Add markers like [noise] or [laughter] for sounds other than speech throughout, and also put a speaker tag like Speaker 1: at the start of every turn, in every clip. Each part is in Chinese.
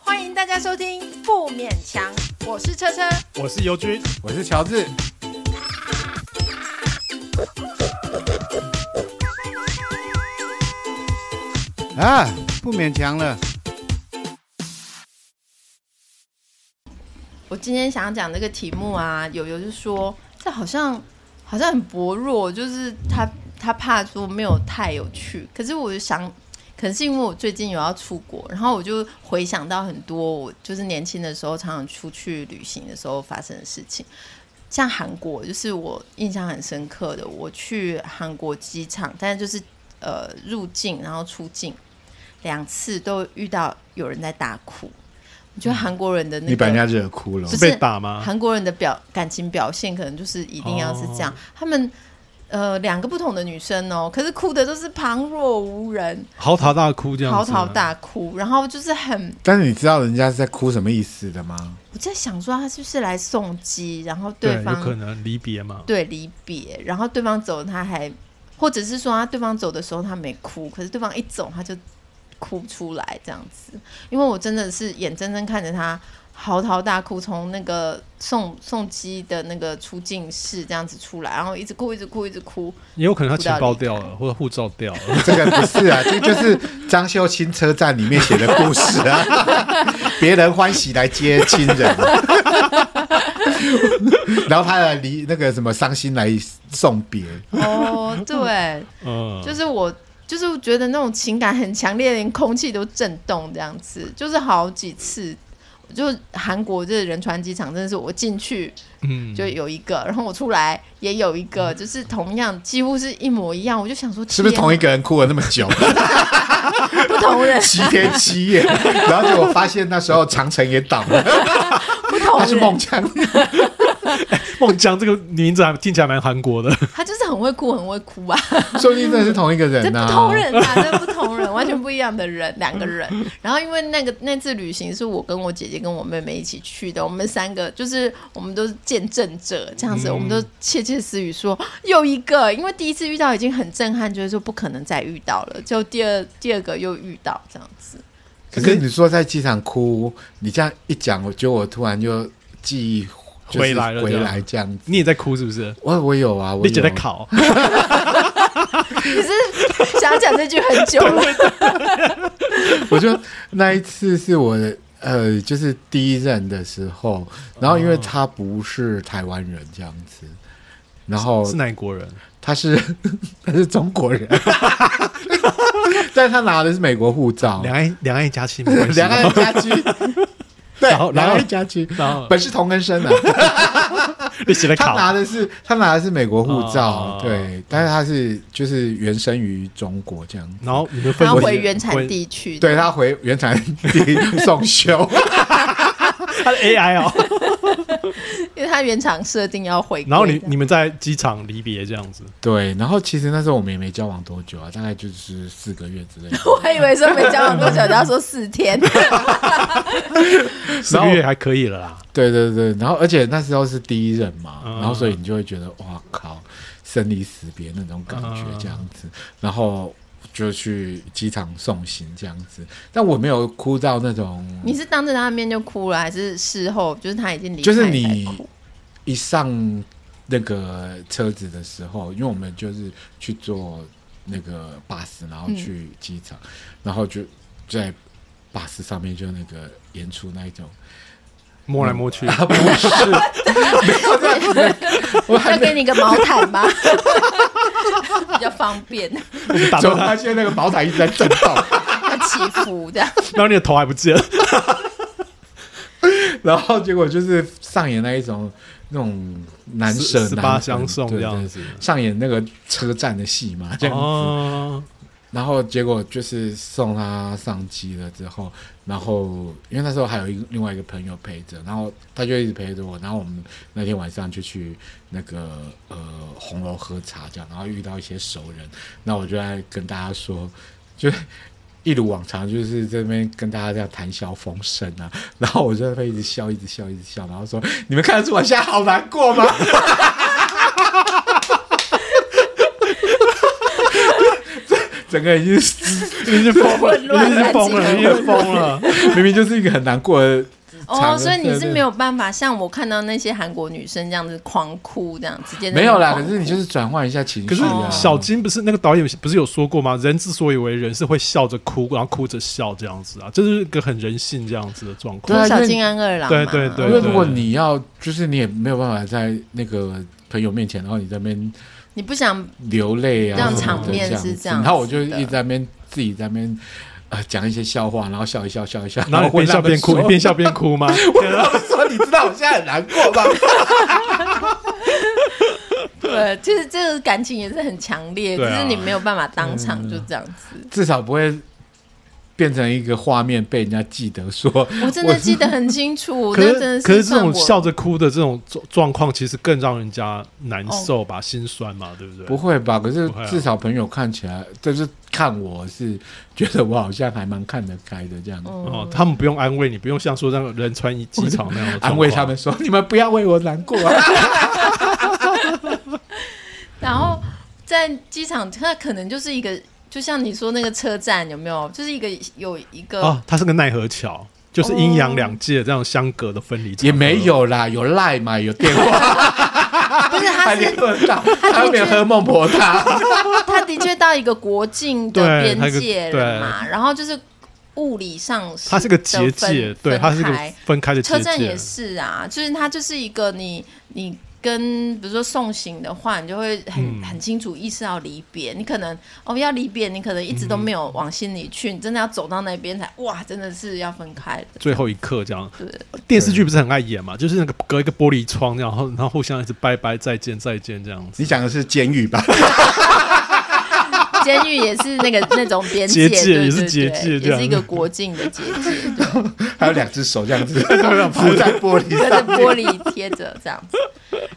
Speaker 1: 欢迎大家收听《不勉强》，我是车车。
Speaker 2: 我是尤军，
Speaker 3: 我是乔治，啊，不勉强了。
Speaker 1: 我今天想讲这个题目啊，友友就说这好像好像很薄弱，就是他他怕说没有太有趣。可是我就想，可能是因为我最近有要出国，然后我就回想到很多我就是年轻的时候常常出去旅行的时候发生的事情。像韩国，就是我印象很深刻的，我去韩国机场，但是就是呃入境然后出境两次都遇到有人在大哭。我觉得韩国人的那个
Speaker 3: 嗯你把人家惹哭了
Speaker 1: 不，是
Speaker 2: 被打吗？
Speaker 1: 韩国人的表感情表现可能就是一定要是这
Speaker 2: 哦
Speaker 1: 样，他们呃两个不同的女生哦，可是哭的都是旁若无人，
Speaker 2: 嚎啕大哭这样
Speaker 1: 嚎
Speaker 2: 子啊吗
Speaker 1: 啕大哭，然后就是很
Speaker 3: 但是你知道人家是在哭什么意思的吗？
Speaker 1: 我在想说他是不是来送机，然后
Speaker 2: 对，
Speaker 1: 方
Speaker 2: 有可能离别嘛。
Speaker 1: 对离别，然后对方走他还，或者是说他对方走的时候他没哭，可是对方一走他就哭出来这样子，因为我真的是眼睁睁看着他嚎啕大哭，从那个送送机的那个出境室这样子出来，然后一直哭一直哭一直哭，
Speaker 2: 也有可能他钱包
Speaker 1: 不到
Speaker 2: 掉
Speaker 1: 离开
Speaker 2: 了，或者护照掉了。
Speaker 3: 这个不是啊，这就是张秀清车站里面写的故事啊，
Speaker 1: [laughs]
Speaker 3: 别人欢喜来接亲人，然后他来离那个什么伤心来送别，
Speaker 1: [laughs] 哦，对，
Speaker 2: 嗯，
Speaker 1: [laughs] 就是我。就是觉得那种情感很强烈，连空气都震动这样子，就是好几次，就韩国这仁川机场真的是我进去
Speaker 2: 嗯，
Speaker 1: 就有一个，然后我出来也有一个，就是同样几乎是一模一样，我就想说
Speaker 3: 是不是
Speaker 1: 天
Speaker 3: 同一个人哭了那么久，
Speaker 1: 哪不同人
Speaker 3: 七天七夜？ [laughs] 然后结果发现那时候长城也倒了，
Speaker 1: 不同
Speaker 3: [laughs] 他是
Speaker 1: 人 [laughs]
Speaker 3: 孟，姜女
Speaker 2: 孟姜这个名字还听起来蛮韩
Speaker 1: [laughs]
Speaker 2: 国的。
Speaker 1: 他就是很会哭，很会哭啊，
Speaker 3: 说不定真的是同一个
Speaker 1: 这
Speaker 3: 人呐、
Speaker 1: 不同人啊，这不同人，完全不一样的人，两个
Speaker 2: [laughs]
Speaker 1: 人。然后因为那个那次旅行是我跟我姐姐跟我妹妹一起去的，我们三个就是我们都是见证者这样子，
Speaker 2: 嗯
Speaker 1: 我们都窃窃私语说又一个，因为第一次遇到已经很震撼，就是说不可能再遇到了，就第二第二个又遇到这样
Speaker 2: [laughs]
Speaker 1: 子。
Speaker 3: 可是你说在机场哭，你这样一讲，我觉得我突然就记忆就是
Speaker 2: 回来了
Speaker 3: 回来这样子。
Speaker 2: 你也在哭是不是？
Speaker 3: 我我有啊，我
Speaker 2: 你姐
Speaker 3: 有
Speaker 2: 在考，
Speaker 1: 你是想讲这句很久
Speaker 2: [laughs]
Speaker 1: 了，
Speaker 3: 我就那一次是我的呃，就是第一任的时候，然后因为他不是台湾人这样子，然后
Speaker 2: 是哪一国人？
Speaker 3: 他是 [laughs] 他是中国人， [laughs] 但他拿的是美国护照，
Speaker 2: 两岸两岸一家亲没关系。
Speaker 3: 哦两岸家居， [laughs] 对，
Speaker 2: 然后然
Speaker 3: 两
Speaker 2: 后
Speaker 3: 岸家居，
Speaker 2: 然后
Speaker 3: 本是同根
Speaker 2: [laughs]
Speaker 3: 生啊。
Speaker 2: 你姐在
Speaker 3: 他
Speaker 2: 考，
Speaker 3: 拿的是他拿的是美国护照，
Speaker 2: 哦
Speaker 3: 对，但是他是就是原生于中国这样子，
Speaker 2: 然后你们分
Speaker 1: 然后
Speaker 2: 我
Speaker 1: 回原产，地去。
Speaker 3: 对他回原产地送
Speaker 2: [laughs]
Speaker 3: 修，
Speaker 2: 回他的 AI
Speaker 1: [laughs]
Speaker 2: 哦。
Speaker 1: 因为他原厂设定要回归。
Speaker 2: 然后你你们在机场离别这样子，
Speaker 3: 对，然后其实那时候我们也没交往多久啊，大概就是四个月之类的，
Speaker 1: [laughs] 我还以为说没交往多久，他说四
Speaker 2: [laughs]
Speaker 1: 天， [laughs]
Speaker 2: 四个月还可以了啦。
Speaker 3: 对对对，然后而且那时候是第一任嘛，
Speaker 2: 嗯
Speaker 3: 然后所以你就会觉得哇靠，生离死别那种感觉
Speaker 2: 嗯
Speaker 3: 这样子，然后就去机场送行这样子，但我没有哭到那种，
Speaker 1: 你是当着他的面就哭了，还是事后就是他已经离开
Speaker 3: 就是
Speaker 1: 才
Speaker 3: 你
Speaker 1: 哭
Speaker 3: 一上那个车子的时候，因为我们就是去坐那个巴士，然后去机场，然后就在巴士上面就那个演出那一种，
Speaker 2: 摸来摸去，
Speaker 3: 啊不是，我还
Speaker 1: 要
Speaker 3: 没
Speaker 1: 给你个毛毯
Speaker 3: [laughs]
Speaker 1: 吗？比较方便，要
Speaker 3: [laughs]
Speaker 2: 打
Speaker 3: 就
Speaker 2: 断他，
Speaker 3: 发现那个毛毯一直在震动，
Speaker 1: 祈福
Speaker 3: [laughs]
Speaker 1: 这样。
Speaker 2: 然后你的头还不见了。
Speaker 3: 然后结果就是上演那一种那种男神啊
Speaker 2: 十十八相送这样子 [laughs]
Speaker 3: 上演那个车站的戏嘛，这样子。
Speaker 2: 哦，
Speaker 3: 然后结果就是送他上机了之后，然后因为那时候还有一个另外一个朋友陪着，然后他就一直陪着我，然后我们那天晚上就去那个呃红楼喝茶这样，然后遇到一些熟人，那我就在跟大家说，就一如往常，就是这边跟大家这样谈笑风生啊，然后我就在那边一直笑，一直笑，一直笑，然后说你们看得出我现在好难
Speaker 1: [laughs]
Speaker 3: 过吗？ [laughs] 整个已经
Speaker 2: 已经疯了，
Speaker 1: 混乱
Speaker 2: 已经疯了，
Speaker 1: 感
Speaker 2: 已
Speaker 1: 情
Speaker 2: 经疯了。
Speaker 3: [laughs] 明明就是一个很难过的
Speaker 1: 哦，
Speaker 3: 场合
Speaker 1: 所以你
Speaker 3: 对
Speaker 1: 是
Speaker 3: 对
Speaker 1: 没有办法像我看到那些韩国女生这样子狂哭，这样直接在那
Speaker 3: 没有啦，
Speaker 1: 狂
Speaker 3: 可是你就是转换一下情
Speaker 2: 可
Speaker 3: 绪
Speaker 2: 是
Speaker 3: 啊。
Speaker 2: 小金不是那个导演不是有说过吗？人之所以为人，是会笑着哭，然后哭着笑这样子啊，这是一个很人性这样子的状
Speaker 1: 哭
Speaker 2: 况。
Speaker 3: 对啊
Speaker 1: 小
Speaker 3: 因为
Speaker 1: 金安二郎嘛，
Speaker 2: 对对对
Speaker 3: 因为如果你要，就是你也没有办法在那个朋友面前，然后你在那边
Speaker 1: 你不想
Speaker 3: 流泪啊，
Speaker 1: 让
Speaker 3: 什么
Speaker 1: 场
Speaker 3: 的
Speaker 1: 面
Speaker 3: 这
Speaker 1: 是
Speaker 3: 子
Speaker 1: 这样
Speaker 3: 然后我就
Speaker 1: 子的
Speaker 3: 一直在那边自己在那边呃讲一些笑话，然后笑一笑，笑一笑，
Speaker 2: 然后你边
Speaker 3: 我
Speaker 2: 笑边哭，
Speaker 3: [laughs]
Speaker 2: 你边笑边哭吗？天啊
Speaker 3: 他说：“你知道我现在很难过吗
Speaker 1: 对，呃就是这个感情也是很强烈，只
Speaker 2: 对啊嗯
Speaker 1: 是你没有办法当场就这样子。？”
Speaker 3: 至少不会变成一个画面被人家记得说
Speaker 1: 我真的记得很清楚，
Speaker 2: 可
Speaker 1: 那真的
Speaker 2: 是可是这
Speaker 1: 算
Speaker 2: 种
Speaker 1: [laughs] 我
Speaker 2: 笑着哭的这种状状况，其实更让人家难受
Speaker 1: 哦
Speaker 2: 吧，心酸嘛，对不对？
Speaker 3: 嗯不会吧？可是
Speaker 2: 不会啊
Speaker 3: 至少朋友看起来，就是看我是觉得我好像还蛮看得开的这样
Speaker 1: 嗯
Speaker 3: 子。
Speaker 2: 哦，他们不用安慰你，不用像说让人穿机场那样的状况
Speaker 3: 安慰他们。说：“你们不要为我难过啊
Speaker 1: 然后在机场，它可能就是一个，就像你说那个车站有没有，就是一个有一个、
Speaker 2: 哦，它是个奈何桥，就是阴阳两界这样相隔的分离！”场
Speaker 3: [laughs]
Speaker 2: 合
Speaker 3: 也没有啦，有赖嘛，有电话，
Speaker 1: [laughs] 不是，它
Speaker 3: [laughs] 还联
Speaker 1: 是
Speaker 3: 络得到，还有没有喝孟婆汤？
Speaker 1: 它的确到一个国境的
Speaker 2: 对
Speaker 1: 边界
Speaker 2: 它个
Speaker 1: 了嘛，然后就是物理上是
Speaker 2: 它是个结界
Speaker 1: 的分，
Speaker 2: 对，
Speaker 1: 分
Speaker 2: 它是个
Speaker 1: 开
Speaker 2: 分开的结
Speaker 1: 车
Speaker 2: 界。
Speaker 1: 站也是啊，就是它就是一个你你跟比如说送行的话，你就会很、
Speaker 2: 嗯
Speaker 1: 很清楚意识到离别。你可能哦要离别，你可能一直都
Speaker 2: 嗯
Speaker 1: 没有往心里去，你真的要走到那边才哇，真的是要分开的。
Speaker 2: 最后一刻这样
Speaker 1: 对，
Speaker 2: 电视剧不是很爱演嘛？就是那个隔一个玻璃窗，然后然后互相一直拜拜再见再见这样
Speaker 3: [laughs]
Speaker 2: 子。
Speaker 3: 你讲的是监狱 [laughs] 吧？
Speaker 2: [laughs]
Speaker 1: 监狱也是那个那种边界，
Speaker 2: 结界
Speaker 1: 对对
Speaker 2: 也是
Speaker 1: 对
Speaker 2: 结界这
Speaker 1: 也
Speaker 2: 样
Speaker 1: 是一个国境的结
Speaker 2: [laughs]
Speaker 1: 界，对
Speaker 3: 还有两只手 [laughs] 这样子扶在玻璃
Speaker 1: 跟
Speaker 3: 上
Speaker 1: 着，玻璃贴着这样子。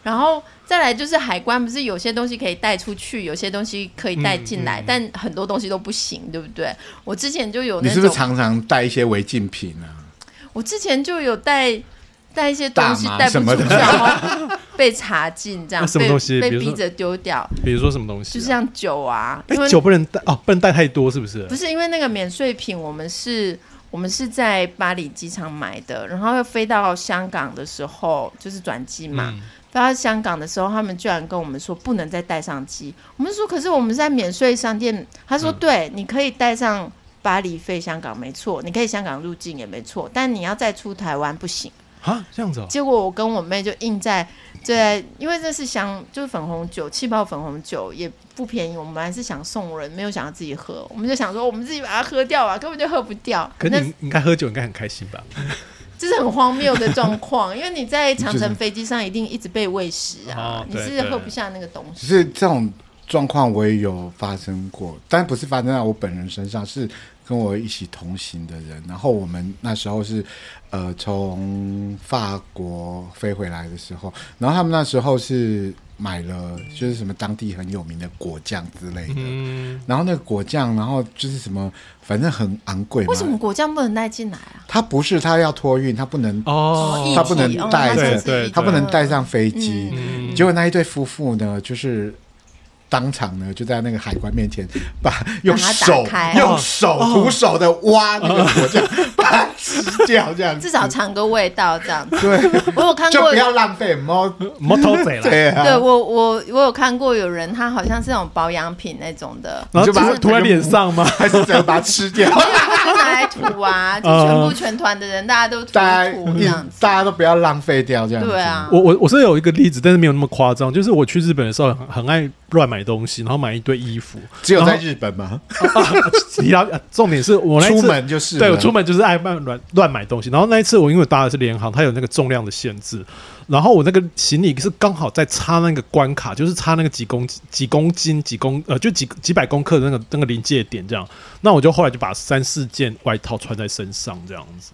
Speaker 1: 然后再来就是海关，不是有些东西可以带出去，有些东西可以带进
Speaker 2: 嗯
Speaker 1: 来，但很多东西都不行，对不对？我之前就有
Speaker 3: 你
Speaker 1: 那
Speaker 3: 是
Speaker 1: 种
Speaker 3: 不是常常带一些违禁品啊？
Speaker 1: 我之前就有带带一些东西
Speaker 3: 大麻
Speaker 1: 带不
Speaker 3: 什么
Speaker 1: 出
Speaker 3: 的
Speaker 1: 去，然后被查禁，这样
Speaker 2: 那什么东西
Speaker 1: 被被
Speaker 2: 比如说
Speaker 1: 逼着丢掉，
Speaker 2: 比如说什么东西、
Speaker 1: 就
Speaker 2: 啊？
Speaker 1: 像酒啊，因
Speaker 2: 哎
Speaker 1: 为
Speaker 2: 酒不能带哦，不能带太多，是不是？
Speaker 1: 不是因为那个免税品，我们是。我们是在巴黎机场买的，然后要飞到香港的时候，就是转机嘛。
Speaker 2: 嗯
Speaker 1: 飞到香港的时候，他们居然跟我们说不能再带上机。我们说，可是我们在免税商店。他
Speaker 2: 嗯
Speaker 1: 说，对，你可以带上巴黎飞香港，没错，你可以香港入境也没错，但你要再出台湾不行。
Speaker 2: 啊，这样子哦。
Speaker 1: 结果我跟我妹就硬在就在，因为这是想就是粉红酒，气泡粉红酒也不便宜，我们本来是想送人，没有想要自己喝，我们就想说我们自己把它喝掉啊，根本就喝不
Speaker 2: [laughs]
Speaker 1: 掉，
Speaker 2: 可
Speaker 1: 那
Speaker 2: 是你应该喝酒应该很开心吧？
Speaker 1: 这是很荒谬的状况，因为你在长城飞机上一定一直被喂食啊
Speaker 2: 哦，
Speaker 1: 你是
Speaker 2: 对
Speaker 1: 喝不下那个东西。
Speaker 3: 只是这种状况我也有发生过，但不是发生在我本人身上，是跟我一起同行的人。然后我们那时候是呃从法国飞回来的时候，然后他们那时候是买了就是什么当地很有名的果酱之类的，
Speaker 2: 嗯，
Speaker 3: 然后那个果酱，然后就是什么反正很昂贵嘛。
Speaker 1: 为什么果酱不能带进来啊？
Speaker 3: 它不是它要托运，它不能
Speaker 1: 哦
Speaker 2: 哦
Speaker 1: 液，
Speaker 3: 它
Speaker 1: 体
Speaker 3: 不能
Speaker 1: 哦
Speaker 3: 带
Speaker 1: 它算
Speaker 2: 对
Speaker 1: 是
Speaker 2: 对
Speaker 1: 液体
Speaker 3: 他不能带上飞机。
Speaker 2: 嗯
Speaker 3: 结果那一对夫妇呢，就是当场呢就在那个海关面前把用
Speaker 1: 把它打
Speaker 3: 手
Speaker 1: 开哦
Speaker 3: 用手
Speaker 2: 哦
Speaker 3: 徒手的挖那个果酱，把它吃掉，这样子
Speaker 1: 至少尝个味道这样子。
Speaker 3: 对，
Speaker 1: 我有看
Speaker 3: 就
Speaker 1: 过
Speaker 3: 不要浪费猫。
Speaker 2: 摸偷嘴了。
Speaker 3: [laughs] 对
Speaker 1: 对
Speaker 3: 啊，
Speaker 1: 我我我有看过有人他好像是那种保养品那种的，
Speaker 2: 然
Speaker 3: 你
Speaker 2: 后
Speaker 3: 就把
Speaker 2: 涂
Speaker 3: 它
Speaker 2: 涂在脸上吗？ [laughs]
Speaker 3: 还是只能把它吃掉。
Speaker 1: [laughs] 就拿来涂啊，就全部全团的人大家都涂
Speaker 3: 大
Speaker 1: 一
Speaker 3: 家
Speaker 1: 涂这样子。
Speaker 3: 大家都不要浪费掉，这样子
Speaker 1: 对啊，
Speaker 2: 我我我是有一个例子，但是没有那么夸张。就是我去日本的时候很，很爱乱买东西，然后买一堆衣服。
Speaker 3: 只有
Speaker 2: 然后
Speaker 3: 在日本吗？
Speaker 2: 提到、 [laughs] 啊重点是我那一
Speaker 3: 出
Speaker 2: 次
Speaker 3: 门就是啊
Speaker 2: 对
Speaker 3: 了
Speaker 2: 我出门就是爱乱乱乱买东西，然后那一次我因为搭的是联航，它有那个重量的限制，然后我那个行李是刚好在差那个关卡，就是差那个几公几公斤几公呃就几几百公克的那个那个临界点这样，那我就后来就把三四件外套穿在身上这样子，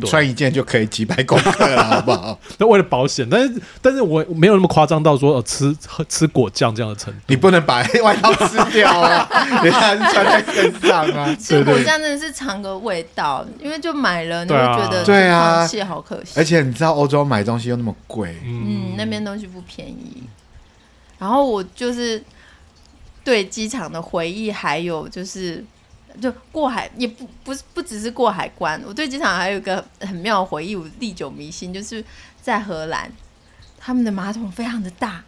Speaker 2: 对
Speaker 3: 穿一件就可以几百公克了，好不好？
Speaker 2: 那为了保险，但是但是我没有那么夸张到说、呃、吃喝吃果酱这样的程度，
Speaker 3: 你不能把外套吃掉 [laughs] 啊，人家是穿在身上啊。
Speaker 1: 吃果酱真的是尝个味道，因为就买了，你会
Speaker 2: 对啊
Speaker 1: 觉得
Speaker 3: 对啊
Speaker 1: 放弃好可惜。
Speaker 3: 而且你知道欧洲买东西又那么贵，
Speaker 1: 嗯，那边东西不便宜。然后我就是对机场的回忆，还有就是就过海也不不是不只是过海关，我对机场还有一个很妙的回忆，我历久弥新，就是在荷兰，他们的马桶非常的大，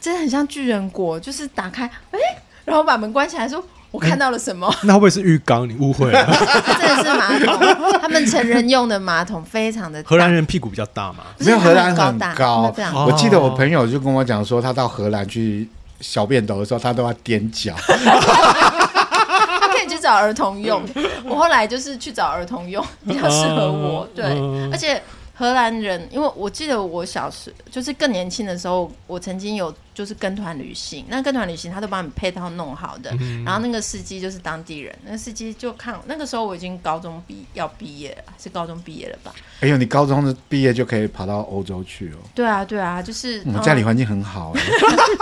Speaker 1: 真的很像巨人国，就是打开哎、然后把门关起来说。我看到了什么？ [laughs]
Speaker 2: 那会不会是浴缸？你误
Speaker 3: [laughs]
Speaker 2: 会了，
Speaker 1: 它真的是马桶，他们成人用的马桶非常的大。
Speaker 2: 荷兰人屁股比较大嘛，
Speaker 1: 不
Speaker 3: 没
Speaker 1: 是
Speaker 3: 有
Speaker 1: 他
Speaker 3: 荷
Speaker 1: 们
Speaker 3: 兰
Speaker 1: 高
Speaker 3: 很
Speaker 1: 大，他
Speaker 3: 高
Speaker 1: 们非常
Speaker 2: 哦
Speaker 3: 我记得我朋友就跟我讲说，他到荷兰去小便斗的时候，他都要踮 [laughs] 脚。
Speaker 1: 他可以去找儿童用。我后来就是去找儿童用，比较适合我
Speaker 2: 嗯。
Speaker 1: 对
Speaker 2: 嗯，
Speaker 1: 而且荷兰人，因为我记得我小时就是更年轻的时候，我曾经有就是跟团旅行，那跟团旅行他都帮你配套弄好的，
Speaker 2: 嗯
Speaker 1: 然后那个司机就是当地人，那司机就看那个时候我已经高中毕要毕业了，是高中毕业了吧？
Speaker 3: 哎呦，你高中的毕业就可以跑到欧洲去哦。
Speaker 1: 对啊，对啊，就是
Speaker 3: 我们
Speaker 1: 嗯
Speaker 3: 家里环境很好哎、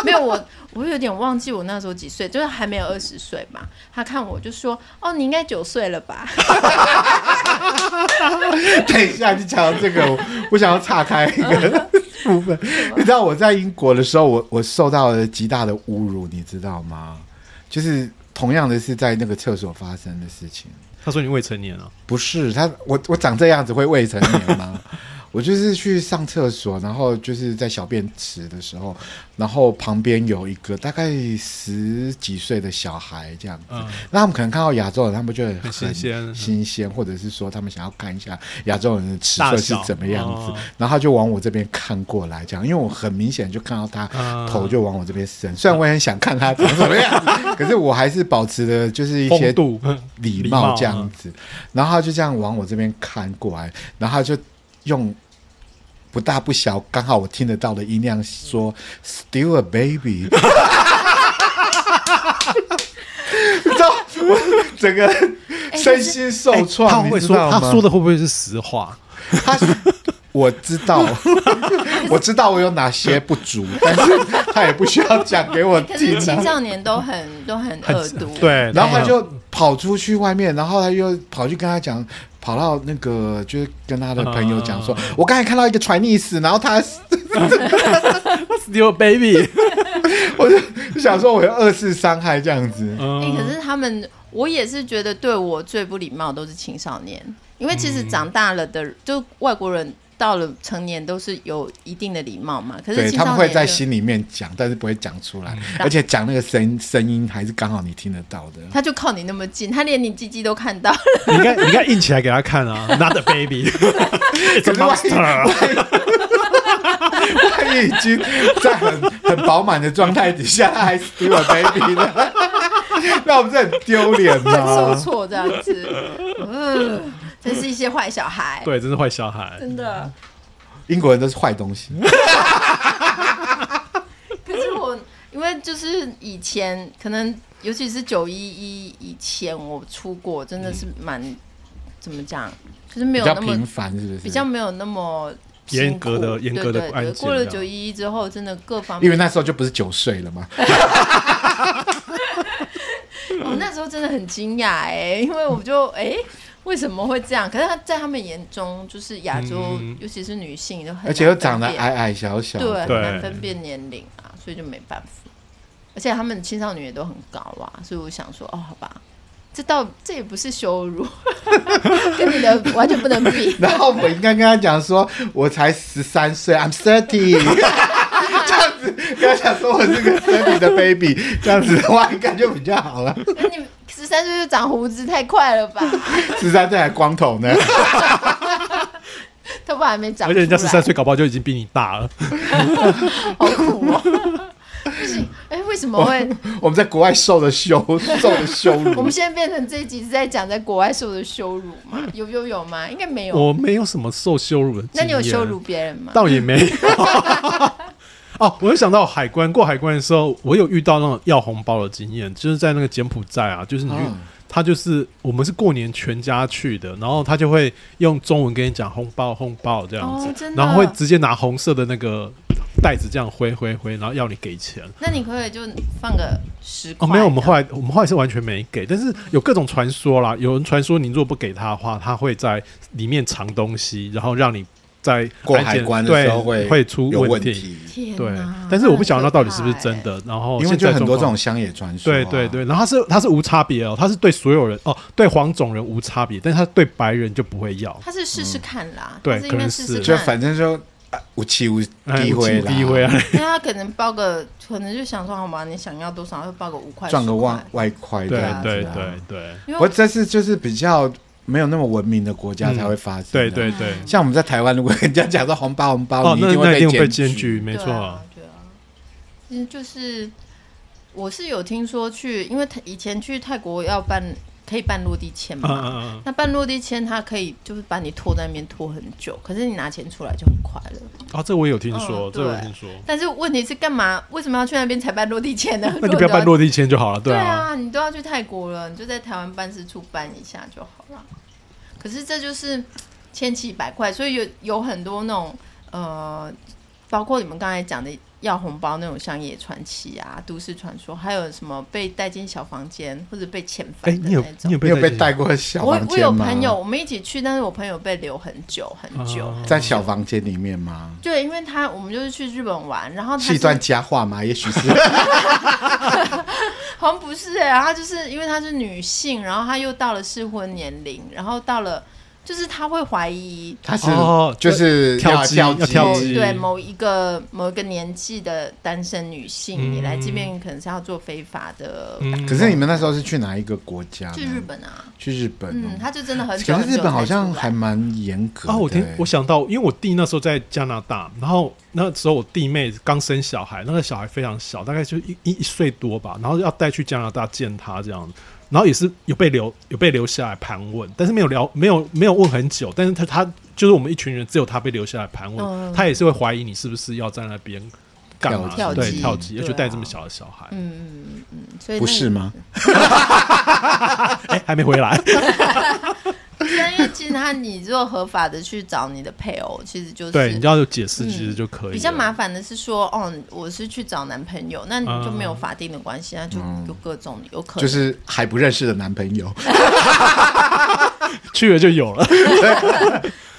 Speaker 1: 没有我，我有点忘记我那时候几岁，就是还没有二十岁嘛。他看我就说：“哦，你应该九岁了吧？”
Speaker 3: [laughs] 等一下，你讲到这个，我我想要岔开一个 [laughs] 部分。你知道我在英国的时候，我我受到了极大的侮辱，你知道吗？就是同样的是在那个厕所发生的事情。
Speaker 2: 他说你未成年啊，
Speaker 3: 不是他，我我长这样子会未成年吗？ [laughs] 我就是去上厕所，然后就是在小便池的时候，然后旁边有一个大概十几岁的小孩这样子，
Speaker 2: 嗯
Speaker 3: 那他们可能看到亚洲人，他们就
Speaker 2: 很
Speaker 3: 很
Speaker 2: 新鲜嗯
Speaker 3: 新鲜，或者是说他们想要看一下亚洲人的尺
Speaker 2: 大
Speaker 3: 寸是
Speaker 2: 小
Speaker 3: 怎么样子
Speaker 2: 哦，
Speaker 3: 然后他就往我这边看过来，这样，因为我很明显就看到他
Speaker 2: 嗯
Speaker 3: 头就往我这边伸，虽然我也很想看他长什么样
Speaker 2: [laughs]
Speaker 3: 子，可是我还是保持的就是一些
Speaker 2: 风度
Speaker 3: 礼貌这样子，
Speaker 2: 嗯
Speaker 3: 然后他就这样往我这边看过来，然后他就用不大不小，刚好我听得到的音量说 “still a baby”。你知道我整个身心受
Speaker 2: 哎他
Speaker 3: 创，
Speaker 2: 会
Speaker 3: 啊你知
Speaker 2: 说
Speaker 3: 道吗？
Speaker 2: 他说的会不会是实话？
Speaker 3: 他是我知
Speaker 2: [laughs]
Speaker 3: 道，我知道我有哪些不足，但是他也不需要讲给我
Speaker 1: 可
Speaker 3: 听
Speaker 1: 是青
Speaker 3: 啊。
Speaker 1: 少年都很都很恶毒，，
Speaker 2: 对，
Speaker 3: 然后他
Speaker 2: 们
Speaker 3: 就跑出去外面，然后他又跑去跟他讲，跑到那个就是跟他的朋友讲说，
Speaker 1: 嗯
Speaker 3: 我刚才看到一个传溺死，然后他
Speaker 2: Still Baby，
Speaker 3: 我就想说我有二次伤害这样子。
Speaker 1: 哎、可是他们，我也是觉得对我最不礼貌都是青少年，因为其实长大了
Speaker 3: 嗯
Speaker 1: 的，就外国人到了成年都是有一定的礼貌嘛。可是
Speaker 3: 对
Speaker 1: 青
Speaker 3: 他们
Speaker 1: 少
Speaker 3: 会
Speaker 1: 年嗯
Speaker 3: 在
Speaker 1: 就
Speaker 3: 心里面讲，但是不会讲出来，而且讲那个声声音还是刚好你听得到
Speaker 1: [laughs]
Speaker 3: 的。
Speaker 1: 他就靠你那么近，他连你鸡鸡都看到了。
Speaker 2: [laughs] 你应该你应该硬起来给他看啊，Not a
Speaker 1: [laughs]
Speaker 2: baby，
Speaker 3: 可是万一万一已经在很很饱满的状态底下，他还 still a baby 呢？ [laughs] 那我们这很丢脸
Speaker 1: [laughs] 受
Speaker 3: 吗？
Speaker 1: 挫这样子，嗯，真是一些坏小孩，
Speaker 2: 对，真是坏小孩。
Speaker 1: 真的。
Speaker 3: 英国人都是坏东西，
Speaker 1: [laughs] 可是我因为就是以前可能，尤其是九一一以前，我出国真的是蛮、怎么讲，就是没有
Speaker 3: 比较
Speaker 1: 那么
Speaker 3: 频繁，是不是？
Speaker 1: 比较没有那么
Speaker 2: 严
Speaker 1: 辛苦
Speaker 2: 格的严格的
Speaker 1: 对对
Speaker 2: 案
Speaker 1: 对
Speaker 2: 件
Speaker 1: 过了
Speaker 2: 这
Speaker 1: 九
Speaker 2: 样
Speaker 1: 一一之后，真的各方
Speaker 3: 因
Speaker 1: 面，
Speaker 3: 为那时候就不是九岁了
Speaker 1: [laughs]
Speaker 3: 嘛。
Speaker 1: 我哦那时候真的很惊讶哎，因为我
Speaker 2: [laughs]
Speaker 1: 就哎、为什么会这样？可是他在他们眼中，就是亚洲，
Speaker 2: 嗯
Speaker 1: 尤其是女性，都很
Speaker 3: 而且又
Speaker 1: 难分 [laughs]
Speaker 3: 长得
Speaker 1: 辨
Speaker 3: 矮矮小小
Speaker 1: 对，啊
Speaker 3: 的，。
Speaker 1: 很
Speaker 2: 对
Speaker 1: 难分辨年龄啊，所以就没办法。而且他们青少年也都很高啊，所以我想说，哦，好吧，这倒这也不是羞辱，跟你的完全不能比
Speaker 3: 然后我应该跟他讲说，我才十三岁
Speaker 1: [laughs]
Speaker 3: ，I'm thirty，这样子跟他讲说我是个 thirty 的 baby，这样子的话应该就比较好了。
Speaker 1: 那你十三岁就长胡子，太快了吧？ [laughs]
Speaker 3: 十三岁还光头呢， [laughs]
Speaker 1: 头发还没长出
Speaker 2: 而
Speaker 1: 来，
Speaker 2: 且人家十三岁，搞不好就已经比你大了。 [laughs]
Speaker 1: 好苦哦。不行，哎、为为什么会？
Speaker 4: 我们在国外受的羞受的羞
Speaker 1: 我们 [laughs]
Speaker 4: 辱。
Speaker 1: 现在变成这一集是在讲在国外受的羞辱吗？有有有吗？应该没有。
Speaker 2: 嗯我没有什么受羞辱的经
Speaker 1: 那
Speaker 2: 验，
Speaker 1: 你有羞辱别人吗？
Speaker 2: 倒也没有。 [laughs] 哦，我又想到海关过海关的时候，我有遇到那种要红包的经验，就是在那个柬埔寨啊，就是你去、
Speaker 4: 嗯
Speaker 3: 啊
Speaker 2: 他就是我们是过年全家去的，然后他就会用中文跟你讲红包红包这样子，
Speaker 1: 哦真的
Speaker 2: 然后会直接拿红色的那个袋子这样挥挥挥，然后要你给钱。
Speaker 1: 那你可不可以就放个十
Speaker 2: 哦，
Speaker 1: 块？
Speaker 2: 没有，我们后来我们后来是完全没给，但是有各种传说啦，有人传说你如果不给他的话，他会在里面藏东西，然后让你在
Speaker 4: 过
Speaker 2: 安
Speaker 4: 海
Speaker 2: 检
Speaker 4: 关的
Speaker 2: 对
Speaker 4: 时候会
Speaker 2: 会出
Speaker 4: 有
Speaker 2: 问
Speaker 4: 题，
Speaker 1: 天
Speaker 2: 对
Speaker 1: 哪，
Speaker 2: 但是我不晓得那到底是不是
Speaker 1: 哎很可怕欸
Speaker 2: 真的。然
Speaker 4: 因
Speaker 2: 后
Speaker 4: 为
Speaker 2: 哦现
Speaker 4: 就
Speaker 2: 在
Speaker 4: 很多
Speaker 2: 状
Speaker 4: 这
Speaker 2: 况
Speaker 4: 种啊乡野传
Speaker 3: 啊
Speaker 4: 说、
Speaker 2: 对对，对，然后他是他是无差别哦，他是对所有人哦，对黄种人无差别，但是他对白人就不会
Speaker 1: [laughs]
Speaker 2: 要
Speaker 1: 欸。他是试试看啦，
Speaker 2: 嗯对
Speaker 1: 他是应该试试
Speaker 2: 可能是
Speaker 4: 就
Speaker 1: 看。
Speaker 4: 反正就啊无欺无
Speaker 2: 哎
Speaker 4: 诋毁
Speaker 2: 无
Speaker 4: 啦，
Speaker 2: 情诋毁啊！
Speaker 1: 因为他可能报个，可能就想说，好吧，你想要多少，就报个五块，
Speaker 4: 赚个
Speaker 1: 10块
Speaker 4: 万。外快这
Speaker 2: 对
Speaker 4: 样子啊
Speaker 2: 对对对
Speaker 4: 不
Speaker 1: 因
Speaker 4: 过
Speaker 1: 为我啊
Speaker 4: 这是就是比较没有那么文明的国家
Speaker 2: 嗯
Speaker 4: 才会发生、啊
Speaker 2: 对对。对。
Speaker 4: 像我们在台湾，如果人家讲说红包红包，
Speaker 2: 哦，
Speaker 4: 你
Speaker 2: 那
Speaker 4: 一定
Speaker 2: 那一定
Speaker 4: 会
Speaker 2: 会被
Speaker 4: 检
Speaker 2: 检举，。没
Speaker 1: 对
Speaker 2: 错
Speaker 1: 啊。，对啊，嗯，就是我是有听说去，因为他以前去泰国要办，可以办落地签
Speaker 2: 嗯
Speaker 1: 嘛。
Speaker 2: 嗯嗯，
Speaker 1: 那办落地签，他可以就是把你拖在那边拖很久，可是你拿钱出来就很快了。
Speaker 2: 哦，这我有听说，
Speaker 1: 嗯
Speaker 2: 这我有
Speaker 1: 对
Speaker 2: 听说。
Speaker 1: 但是问题是干嘛？为什么要去那边才办落地签呢？
Speaker 2: 那
Speaker 1: 如果
Speaker 2: 就不要
Speaker 1: 都
Speaker 2: 办落地签就好了，
Speaker 1: 对
Speaker 2: 啊。
Speaker 1: 啊，你都要去泰国了，你就在台湾办事处办一下就好了。可是这就是千奇百怪，所以有有很多那种呃，包括你们刚才讲的要红包那种乡野传奇啊、都市传说，还有什么被带进小房间或者被遣
Speaker 2: 哎，
Speaker 1: 返的
Speaker 2: 你有
Speaker 1: 那种。
Speaker 2: 你有
Speaker 4: 你有被
Speaker 2: 检举
Speaker 4: 带过小
Speaker 1: 我
Speaker 4: 房间吗？
Speaker 1: 我有朋友，我们一起去，但是我朋友被留很久很久。
Speaker 2: 哦
Speaker 4: 在小房间里面吗？
Speaker 1: 对，因为他我们就是去日本玩，然后他
Speaker 4: 是一
Speaker 1: 是
Speaker 4: 段佳话吗？也许
Speaker 2: [laughs]
Speaker 4: 是
Speaker 1: 好像不是哎、她就是因为她是女性，然后她又到了适婚年龄，然后到了就是她会怀疑
Speaker 4: 他是
Speaker 2: 哦
Speaker 4: 就是
Speaker 2: 跳
Speaker 4: 要
Speaker 2: 机
Speaker 4: 跳
Speaker 2: 要跳
Speaker 1: 某
Speaker 2: 机
Speaker 1: 对某一个某一个年纪的单身女性，
Speaker 2: 嗯
Speaker 1: 你来这边可能是要做非法的，
Speaker 2: 嗯
Speaker 4: 可是你们那时候是去哪一个国家呢？
Speaker 1: 去日本啊，
Speaker 4: 去日本哦，
Speaker 1: 嗯，她就真的很久，
Speaker 4: 可是日本好像
Speaker 1: 很久才
Speaker 4: 还
Speaker 1: 出来
Speaker 4: 蛮严格的。
Speaker 2: 啊，我听
Speaker 4: 欸
Speaker 2: 我想到，因为我弟那时候在加拿大，然后那时候我弟妹刚生小孩，那个小孩非常小，大概就一一一岁多吧，然后要带去加拿大见他这样，然后也是有被留有被留下来盘问，但是没有聊没有没有问很久，但是他他就是我们一群人，只有他被留下来盘问，
Speaker 1: 嗯
Speaker 2: 他也是会怀疑你是不是要在那边干嘛，
Speaker 4: 跳
Speaker 1: 机
Speaker 2: 对
Speaker 1: 跳机
Speaker 2: 跳级，而
Speaker 1: 对啊
Speaker 2: 且带这么小的小孩，
Speaker 1: 嗯嗯嗯嗯，所以
Speaker 4: 不
Speaker 1: 那
Speaker 4: 是吗？
Speaker 2: 哎、还没回
Speaker 1: [laughs]
Speaker 2: 来，
Speaker 1: 但因为其实他你如果合法的去找你的配偶，其实就是
Speaker 2: 对，你就要有解释，
Speaker 1: 嗯
Speaker 2: 其实就可以了、
Speaker 1: 比较麻烦的是说，哦，我是去找男朋友，那你就没有法定的关系，那就有各种有可
Speaker 4: 嗯
Speaker 1: 能。
Speaker 4: 就是还不认识的男朋友，
Speaker 2: 去了就有了。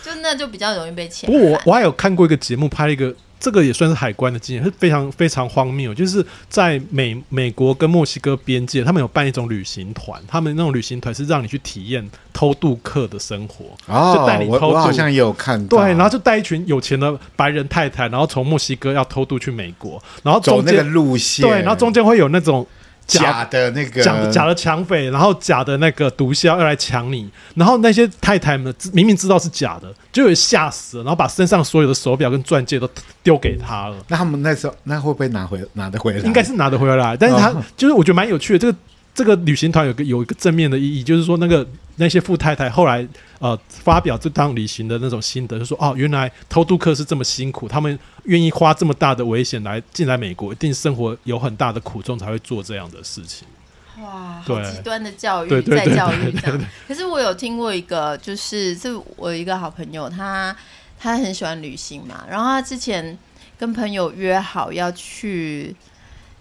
Speaker 1: 就那就比较容易被遣
Speaker 2: 不过我
Speaker 1: 返。
Speaker 2: 我还有看过一个节目，拍了一个这个也算是海关的经验，是非常非常荒谬，就是在美美国跟墨西哥边界，他们有办一种旅行团，他们那种旅行团是让你去体验偷渡客的生活，就
Speaker 4: 哦
Speaker 2: 带，你
Speaker 4: 我
Speaker 2: 偷
Speaker 4: 我好
Speaker 2: 渡。
Speaker 4: 像也有看到，
Speaker 2: 对，然后就带一群有钱的白人太太，然后从墨西哥要偷渡去美国，然后
Speaker 4: 走
Speaker 2: 中
Speaker 4: 那个
Speaker 2: 间
Speaker 4: 路线，
Speaker 2: 对，然后中间会有那种
Speaker 4: 假的那个
Speaker 2: 假假的抢匪，然后假的那个毒枭要来抢你，然后那些太太们知明明知道是假的，就有吓死了，然后把身上所有的手表跟钻戒都丢给他了。
Speaker 4: 那他们那时候那会不会拿回拿得回来？
Speaker 2: 应该是拿得回来，但是他、
Speaker 4: 哦
Speaker 2: 就是我觉得蛮有趣的。这个这个旅行团有个有一个正面的意义，就是说那个那些富太太后来呃发表这趟旅行的那种心得，就说哦，原来偷渡客是这么辛苦，他们愿意花这么大的危险来进来美国，一定生活有很大的苦衷才会做这样的事情。
Speaker 1: 哇，好
Speaker 2: 对
Speaker 1: 极端的教育
Speaker 2: 对对
Speaker 1: 再
Speaker 2: 对
Speaker 1: 教育这样。可是我有听过一个，就是是我有一个好朋友，他他很喜欢旅行嘛，然后他之前跟朋友约好要去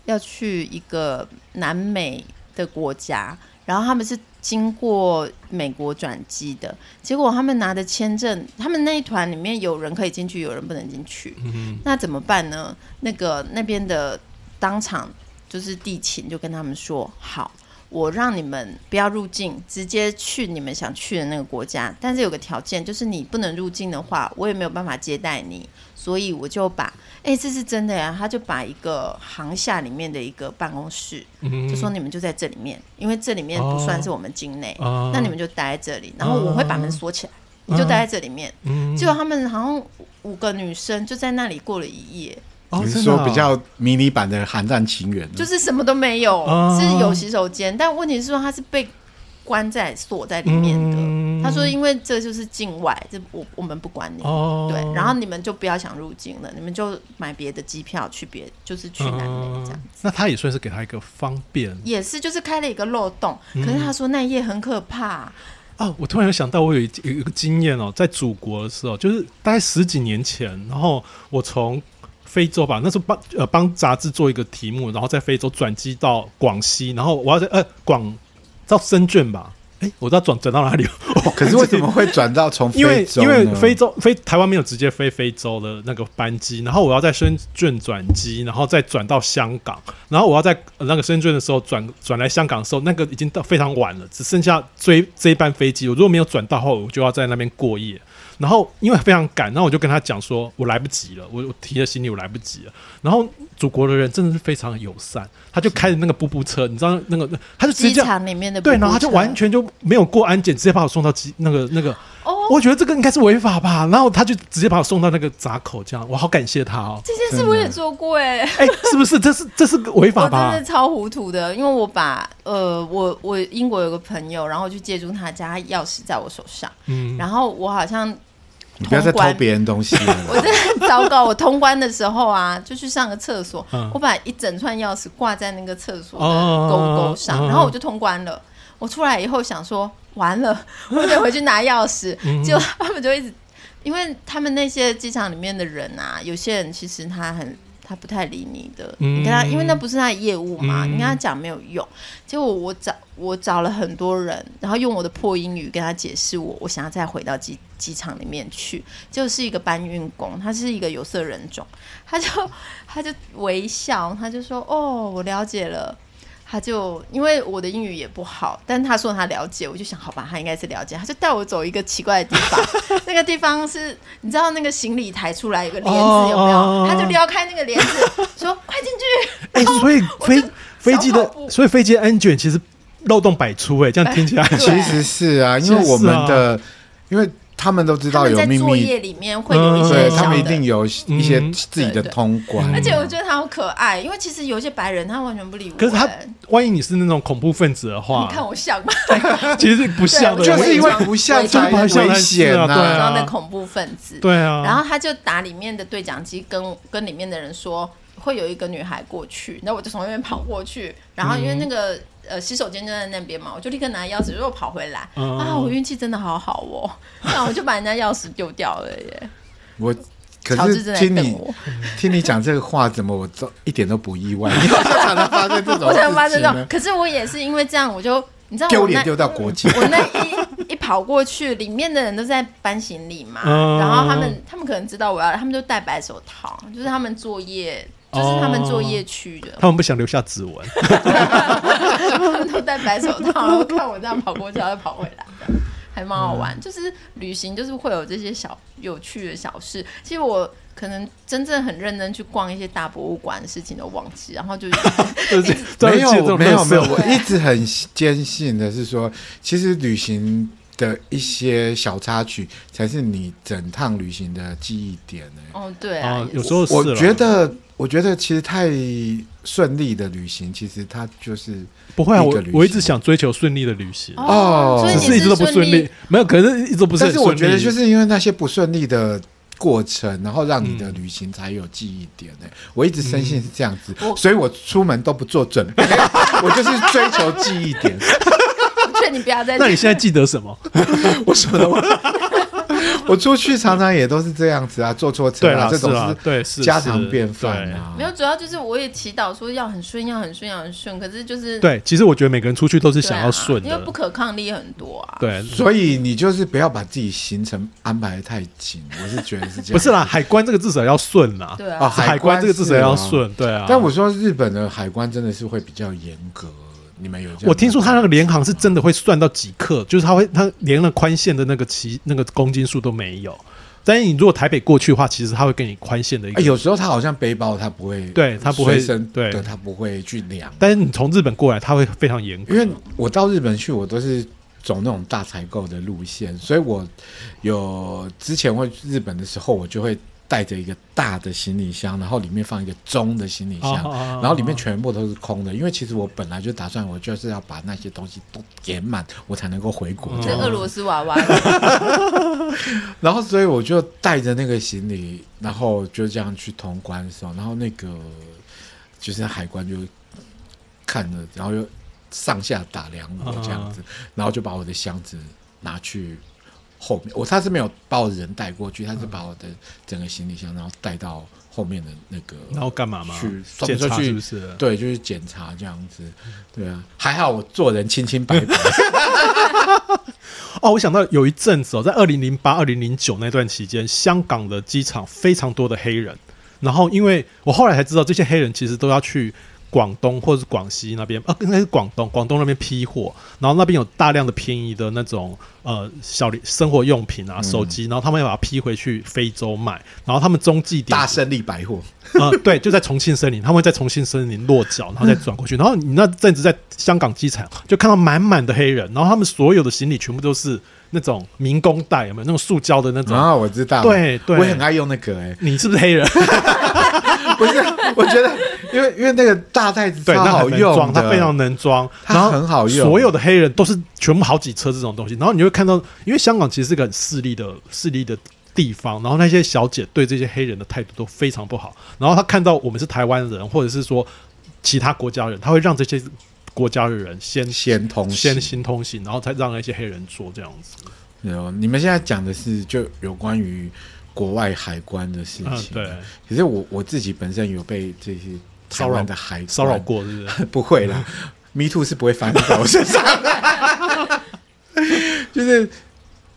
Speaker 1: 要去一个南美的国家，然后他们是经过美国转机的，结果他们拿的签证，他们那一团里面有人可以进去，有人不能进去，
Speaker 2: 嗯，
Speaker 1: 那怎么办呢？那个那边的当场就是地勤就跟他们说：“好，我让你们不要入境，直接去你们想去的那个国家。但是有个条件，就是你不能入境的话，我也没有办法接待你。所以我就把，哎、这是真的呀！他就把一个航厦里面的一个办公室，
Speaker 2: 嗯
Speaker 1: 就说你们就在这里面，因为这里面不算是我们境内，
Speaker 2: 哦
Speaker 1: 那你们就待在这里，然后我会把门锁起来，你就待在这里面。
Speaker 2: 嗯
Speaker 1: 结果他们好像五五个女生就在那里过了一夜，
Speaker 2: 哦
Speaker 3: 你是
Speaker 2: 真的
Speaker 3: 说
Speaker 2: 啊
Speaker 3: 比较迷你版的《寒战情缘》？
Speaker 1: 就是是什么都没有，
Speaker 2: 啊
Speaker 1: 是有洗手间，但问题是说他是被关在锁在里面的。
Speaker 2: 嗯
Speaker 1: 他说，因为这就是境外，这我我们不管你。
Speaker 2: 哦，
Speaker 1: 对，然后你们就不要想入境了，你们就买别的机票去别，就是去南美这样
Speaker 2: 嗯。那他也算是给他一个方便
Speaker 1: 也是，就是开了一个漏洞，
Speaker 2: 嗯
Speaker 1: 可是他说那一夜很可怕，
Speaker 2: 哦，我突然有想到，我有一有一个经验哦，在祖国的时候，就是大概十几年前，然后我从非洲吧，那时候帮呃帮杂志做一个题目，然后在非洲转机到广西，然后我要在呃广到深圳吧，诶，我知道转转到哪里了，
Speaker 3: [laughs] 可是为什么会转到从
Speaker 2: 因
Speaker 3: 非
Speaker 2: 为
Speaker 3: 洲
Speaker 2: 哦因
Speaker 3: 呢
Speaker 2: 为非洲飞台湾没有直接飞非洲的那个班机，然后我要在深圳转机，然后再转到香港，然后我要在呃那个深圳的时候转转来香港的时候，那个已经到非常晚了，只剩下追这一班飞机，我如果没有转到后，我就要在那边过夜。然后因为非常赶，那我就跟他讲说，我来不及了，我我提了行李，我来不及了。然后祖国的人真的是非常友善，他就开着那个布布车，你知道那个他就直
Speaker 1: 机
Speaker 2: 接这样
Speaker 1: 场里面的
Speaker 2: 对，
Speaker 1: 布
Speaker 2: 然
Speaker 1: 谷
Speaker 2: 后他就
Speaker 1: 车
Speaker 2: 完全就没有过安检，直接把我送到机那个那个。
Speaker 1: 哦
Speaker 2: 我觉得这个应该是违法吧，然后他就直接把我送到那个闸口，这样我好感谢
Speaker 1: [laughs]
Speaker 2: 他哦。
Speaker 1: 这件事我也做过哎、
Speaker 2: 哎，是不是？这是这是个违法
Speaker 1: [laughs] 我真
Speaker 2: 吧
Speaker 1: 的？超糊涂的，因为我把呃，我我英国有个朋友，然后去借住他家，他钥匙在我手上，
Speaker 2: 嗯，
Speaker 1: 然后我好像
Speaker 3: 你不要再
Speaker 1: 通关
Speaker 3: 偷别人东西
Speaker 2: [laughs]
Speaker 1: 我
Speaker 3: 了。
Speaker 1: 真的很糟糕。我通关的时候啊，就去上个厕所，
Speaker 2: 嗯
Speaker 1: 我把一整串钥匙挂在那个厕所
Speaker 2: 哦
Speaker 1: 的勾勾上，
Speaker 2: 嗯
Speaker 1: 然后我就通关了。我出来以后想说，完了， [laughs] 我得回去拿钥匙。
Speaker 2: 嗯
Speaker 1: 结果他们就一直，因为他们那些机场里面的人啊，有些人其实他很。他不太理你的，
Speaker 2: 嗯
Speaker 1: 你跟他，因为那不是他的业务嘛，
Speaker 2: 嗯
Speaker 1: 你跟他讲没有用。结果我找我找了很多人，然后用我的破英语跟他解释我我想要再回到机机场里面去，就是一个搬运工，他是一个有色人种，他就他就微笑，他就说哦，我了解了。他就因为我的英语也不好，但他说他了解，我就想好吧，他应该是了解。他就带我走一个奇怪的地
Speaker 2: [laughs]
Speaker 1: 方，那个地方是你知道那个行李抬出来有个帘
Speaker 2: 哦
Speaker 1: 子有没有？
Speaker 2: 哦哦
Speaker 1: 他就撩开那个帘子，
Speaker 2: [laughs]
Speaker 1: 说快进去。
Speaker 2: 哎，所以
Speaker 1: 我
Speaker 2: 飞
Speaker 1: 就
Speaker 2: 飞机
Speaker 1: 小
Speaker 2: 的
Speaker 1: 跑步
Speaker 2: 所以飞机的安检其实漏洞百出哎，这样听起来
Speaker 1: 对
Speaker 3: 其实是啊，因为我们的，因为他们都知
Speaker 1: 他
Speaker 3: 道
Speaker 1: 们
Speaker 3: 有
Speaker 1: 在
Speaker 3: 秘
Speaker 1: 作
Speaker 3: 密，嗯
Speaker 1: 业里面会有一些
Speaker 3: 对
Speaker 1: 小的，
Speaker 3: 他们一定有一些
Speaker 2: 嗯
Speaker 3: 自己
Speaker 1: 对
Speaker 3: 的
Speaker 1: 对
Speaker 3: 通关。
Speaker 1: 而且我觉得他好可爱，因为其实有一些白人他完全不理我、
Speaker 2: [laughs] 可是他
Speaker 1: 哎
Speaker 2: 万一你是那种恐怖分子的
Speaker 1: 你
Speaker 2: 话，
Speaker 1: 看我像
Speaker 3: [laughs]
Speaker 1: 吗？
Speaker 3: 啊
Speaker 2: 其实不像的，
Speaker 1: 对
Speaker 3: 就
Speaker 1: 我
Speaker 3: 是因为
Speaker 1: 我也
Speaker 3: 不像
Speaker 1: 装
Speaker 3: 才
Speaker 2: 我也装
Speaker 3: 危险
Speaker 2: 不像才是啊对
Speaker 1: 假
Speaker 3: 呐、
Speaker 1: 装的恐怖分子。
Speaker 2: 对啊，
Speaker 1: 然后他就打里面的对讲机跟跟里面的人说，会有一个女孩过去，然后我就从那边跑过去，然后因为那个、
Speaker 3: 嗯
Speaker 1: 呃洗手间就在那边嘛，我就立刻拿钥匙，又跑回来、
Speaker 2: 嗯
Speaker 1: 啊，我运气真的好好
Speaker 3: [laughs]
Speaker 1: 哦，那我就把人家钥匙丢掉了耶。
Speaker 3: 我
Speaker 1: 乔
Speaker 3: 可
Speaker 1: 治
Speaker 3: 是
Speaker 1: 正在
Speaker 3: 听
Speaker 1: 瞪
Speaker 3: 你
Speaker 1: 我，
Speaker 3: [laughs] 听你讲这个话，怎么我都一点都不意外？
Speaker 2: [laughs]
Speaker 3: 你为常常发生这种
Speaker 1: 我想发
Speaker 3: 事
Speaker 1: 这
Speaker 3: 情
Speaker 1: 种，
Speaker 3: 呢？
Speaker 1: 可是我也是因为这样，我就你知道
Speaker 3: 丢
Speaker 1: 我
Speaker 3: 脸
Speaker 1: 那
Speaker 3: 丢到国
Speaker 2: [laughs]
Speaker 3: 际，
Speaker 1: [laughs] 我那一一跑过去，里面的人都在搬行李嘛，
Speaker 2: 嗯
Speaker 1: 然后他们他们可能知道我要，他们就戴白手套，就是他们作业，就是他们作业区
Speaker 2: [laughs]
Speaker 1: 的，
Speaker 2: 他们不想留下指
Speaker 1: [laughs]
Speaker 2: 纹，
Speaker 1: 他们都戴白手套，然后看我这样跑过去，然后再跑回来的， [laughs] 还蛮好玩。就是旅行，就是会有这些小有趣的小事。其实我可能真正很认真去逛一些大博物馆的事情都忘记，然后就哎
Speaker 2: 就是专
Speaker 3: 没
Speaker 2: 门借这
Speaker 3: 有
Speaker 2: 种
Speaker 3: 没有
Speaker 2: 垃圾
Speaker 3: 没有，我
Speaker 1: 对
Speaker 3: 一直很坚信的是说，其实旅行的一些小插曲才是你整趟旅行的记忆点呢、
Speaker 1: [laughs] 哦对啊，
Speaker 2: 啊，
Speaker 1: 也
Speaker 2: 有
Speaker 1: 是
Speaker 2: 时候是
Speaker 3: 我
Speaker 2: 啦
Speaker 3: 觉得，我觉得其实太顺利的旅行，其实它就是
Speaker 2: 不会啊，
Speaker 3: 一个
Speaker 2: 我
Speaker 3: 旅行
Speaker 2: 我一直想追求顺利的旅行。
Speaker 1: 哦，
Speaker 3: 哦
Speaker 1: 所以
Speaker 2: 只
Speaker 1: 你
Speaker 2: 是一直都不顺
Speaker 1: 顺
Speaker 2: 利，没有，可是一直都不是
Speaker 3: 但
Speaker 2: 很
Speaker 3: 是
Speaker 2: 顺利。
Speaker 3: 我觉得就是因为那些不顺利的过程，然后让你的旅行才有记忆点呢、我一直深信是这样子，
Speaker 1: 我
Speaker 3: 所嗯以我出门都不做准 [laughs] 备，我就是追求记忆点，
Speaker 1: 我哦劝你 [laughs] 不要再
Speaker 2: 那你
Speaker 1: 去
Speaker 2: 现在记得什么？
Speaker 3: [laughs] 我什么都。 [laughs] 我出去常常也都是这样子啊，坐错车
Speaker 2: 对啦
Speaker 3: 这种
Speaker 2: 是啦对是
Speaker 3: 是家
Speaker 2: 是
Speaker 3: 常便饭啊
Speaker 1: 没。有，主要就是我也祈祷说要很顺，要很顺，要很顺。可是就是
Speaker 2: 对，其实我觉得每个人出去都是
Speaker 1: 对啊
Speaker 2: 想要顺
Speaker 1: 因为不
Speaker 2: 的，
Speaker 1: 可抗力很多啊。，
Speaker 2: 对，
Speaker 3: 所以你就是不要把自己行程安排得太紧，我是觉得是这样。
Speaker 2: 不是啦，，海关这个至少要顺啦，
Speaker 1: 对
Speaker 3: 啊，
Speaker 1: 啊，
Speaker 2: 海关这个至少
Speaker 3: 是
Speaker 2: 要
Speaker 3: 啊
Speaker 2: 顺，对啊。
Speaker 3: 但我说日本的海关真的是会比较严格，你们有这样吗？
Speaker 2: 我听说他那个联航是真的会算到几克，就是他会他连了宽限的那个期那个公斤数都没有。但是你如果台北过去的话，其实他会给你宽限的一
Speaker 3: 哎
Speaker 2: 个。
Speaker 3: 有时候他好像背包他不会，
Speaker 2: 对他不会
Speaker 3: 随身
Speaker 2: 对
Speaker 3: 的他不会去量。
Speaker 2: 但是你从日本过来，他会非常严格。
Speaker 3: 因为我到日本去，我都是走那种大采购的路线，所以我有之前会去日本的时候，我就会带着一个大的行李箱，然后里面放一个中的行李箱，
Speaker 2: 哦哦哦哦
Speaker 3: 然后里面全部都是空的，因为其实我本来就打算我就是要把那些东西都填满，我才能够回国这
Speaker 1: 这
Speaker 3: 样。
Speaker 1: 俄罗斯
Speaker 2: [laughs]
Speaker 1: 娃娃，
Speaker 3: 然后所以我就带着那个行李，然后就这样去通关的时候，然后那个就是海关就看了，然后又上下打量我这样子，然后就把我的箱子拿去后面。我他是没有把我人带过去，他是把我的整个行李箱，然后带到后面的那个。
Speaker 2: 然后干嘛嘛？
Speaker 3: 去
Speaker 2: 检查
Speaker 3: 送出去
Speaker 2: 是不是？
Speaker 3: 对，就是检查这样子，对啊，还好我做人清清白白，
Speaker 2: 哦，我想到有一阵子哦，在二零零八、二零零九那段期间，香港的机场非常多的黑人。然后，因为我后来才知道，这些黑人其实都要去广东或者是广西那边，啊，应该是广东，广东那边批货。然后那边有大量的便宜的那种呃小零生活用品啊、手机，然后他们要把它批回去非洲卖。然后他们中继点
Speaker 3: 大胜利百货，
Speaker 2: 呃，对，就在重庆森林，他们会在重庆森林落脚，然后再转过去。然后你那阵子在香港机场就看到满满的黑人，然后他们所有的行李全部都是那种民工袋，有没有那种塑胶的那种？
Speaker 3: 啊，我知道了，
Speaker 2: 对对
Speaker 3: 我也很爱用那个哎、
Speaker 2: 你是不是黑
Speaker 3: [laughs]
Speaker 2: 人？
Speaker 3: 不是， [laughs] 我觉得，因为因为那个大袋子
Speaker 2: 对，
Speaker 3: 超
Speaker 2: 那
Speaker 3: 好
Speaker 2: 很能装，
Speaker 3: 用
Speaker 2: 它
Speaker 3: 的，
Speaker 2: 非常能装，
Speaker 3: 它
Speaker 2: 然后
Speaker 3: 很好用
Speaker 2: 所有的黑人都是全部好几车这种东西，然后你会看到，因为香港其实是个很势利的势利的地方，然后那些小姐对这些黑人的态度都非常不好，然后她看到我们是台湾人，或者是说其他国家人，她会让这些国家的人先
Speaker 3: 先通
Speaker 2: 先
Speaker 3: 行。
Speaker 2: 行通行，然后再让那些黑人做这样子。
Speaker 3: 有哦你们现在讲的是就有关于国外海关的事
Speaker 2: 嗯，
Speaker 3: 情，
Speaker 2: 对，，
Speaker 3: 可是我我自己本身有被这些台湾的海关
Speaker 2: 骚扰，过是不是？
Speaker 3: [laughs] 不会
Speaker 2: [laughs]
Speaker 3: 啦，Me Too 是不会发生在我身上 [laughs] 的，就是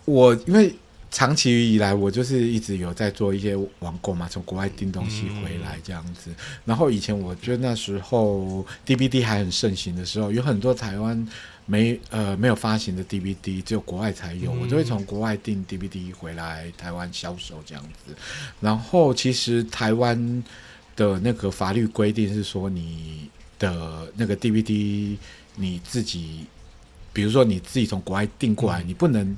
Speaker 3: 我因为。长期以来，我就是一直有在做一些网购嘛，从国外订东西回来这样子。然后以前我觉得那时候 DVD 还很盛行的时候，有很多台湾没呃没有发行的 DVD，只有国外才有，我就会从国外订 DVD 回来台湾销售这样子。然后其实台湾的那个法律规定是说，你的那个 DVD 你自己，比如说你自己从国外订过来，你不能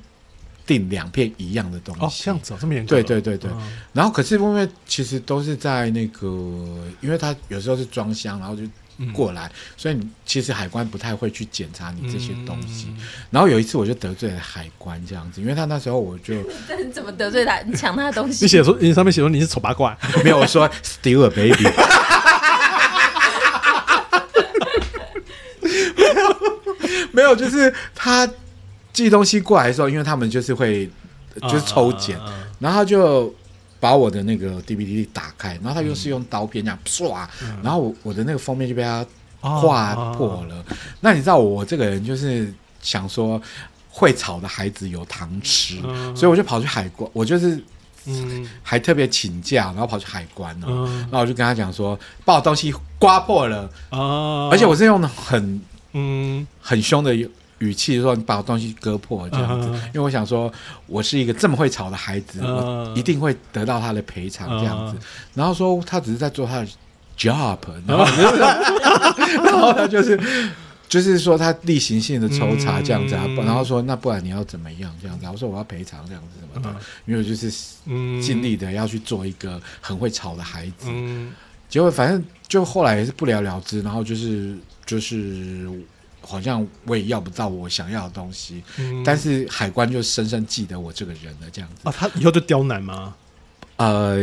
Speaker 3: 订两片一样的东西。
Speaker 2: 哦，这样子、哦，这么严格？
Speaker 3: 对对对对，
Speaker 2: 嗯
Speaker 3: 然后可是因为其实都是在那个，因为它有时候是装箱，然后就过来，所以你其实海关不太会去检查你这些东西。
Speaker 2: 嗯
Speaker 3: 然后有一次我就得罪了海关这样子，因为他那时候我就 [laughs]
Speaker 1: 但你怎么得罪他？你抢他的东西？
Speaker 2: 你写说你上面写说你是丑八怪，
Speaker 3: 没有说 steal a baby。没有，就是他寄东西过来的时候，因为他们就是会 [laughs] 就是抽检，
Speaker 2: 嗯嗯嗯嗯
Speaker 3: 然后他就把我的那个 DVD 打开，然后他又是用刀片这
Speaker 2: 嗯
Speaker 3: 样唰，然后我我的那个封面就被他划破了。
Speaker 2: 嗯
Speaker 3: 那你知道我这个人就是想说会吵的孩子有糖吃，
Speaker 2: 嗯
Speaker 3: 所以我就跑去海关，我就是
Speaker 2: 嗯
Speaker 3: 还特别请假，然后跑去海关哦。
Speaker 2: 嗯
Speaker 3: 然后我就跟他讲说，把我东西刮破了，
Speaker 2: 啊，
Speaker 3: 而且我是用很
Speaker 2: 嗯。
Speaker 3: 很凶的语气说，你把我东西割破这样子，
Speaker 2: 嗯嗯嗯
Speaker 3: 因为我想说，我是一个这么会吵的孩子，
Speaker 2: 嗯
Speaker 3: 我一定会得到他的赔偿这样子。
Speaker 2: 嗯
Speaker 3: 然后说他只是在做他的
Speaker 2: [laughs]
Speaker 3: job，然后、然后他就是。就是说他例行性的抽查这样子啊，
Speaker 2: 嗯
Speaker 3: 不然后说那不然你要怎么样这样子啊、我说我要赔偿这样子什么的，因为我就是
Speaker 2: 嗯
Speaker 3: 尽力的要去做一个很会吵的孩子，
Speaker 2: 嗯
Speaker 3: 结果反正就后来也是不了了之，然后就是就是好像我也要不到我想要的东西，
Speaker 2: 嗯
Speaker 3: 但是海关就深深记得我这个人了，这样子，
Speaker 2: 啊，他以后就刁难吗？
Speaker 3: 呃，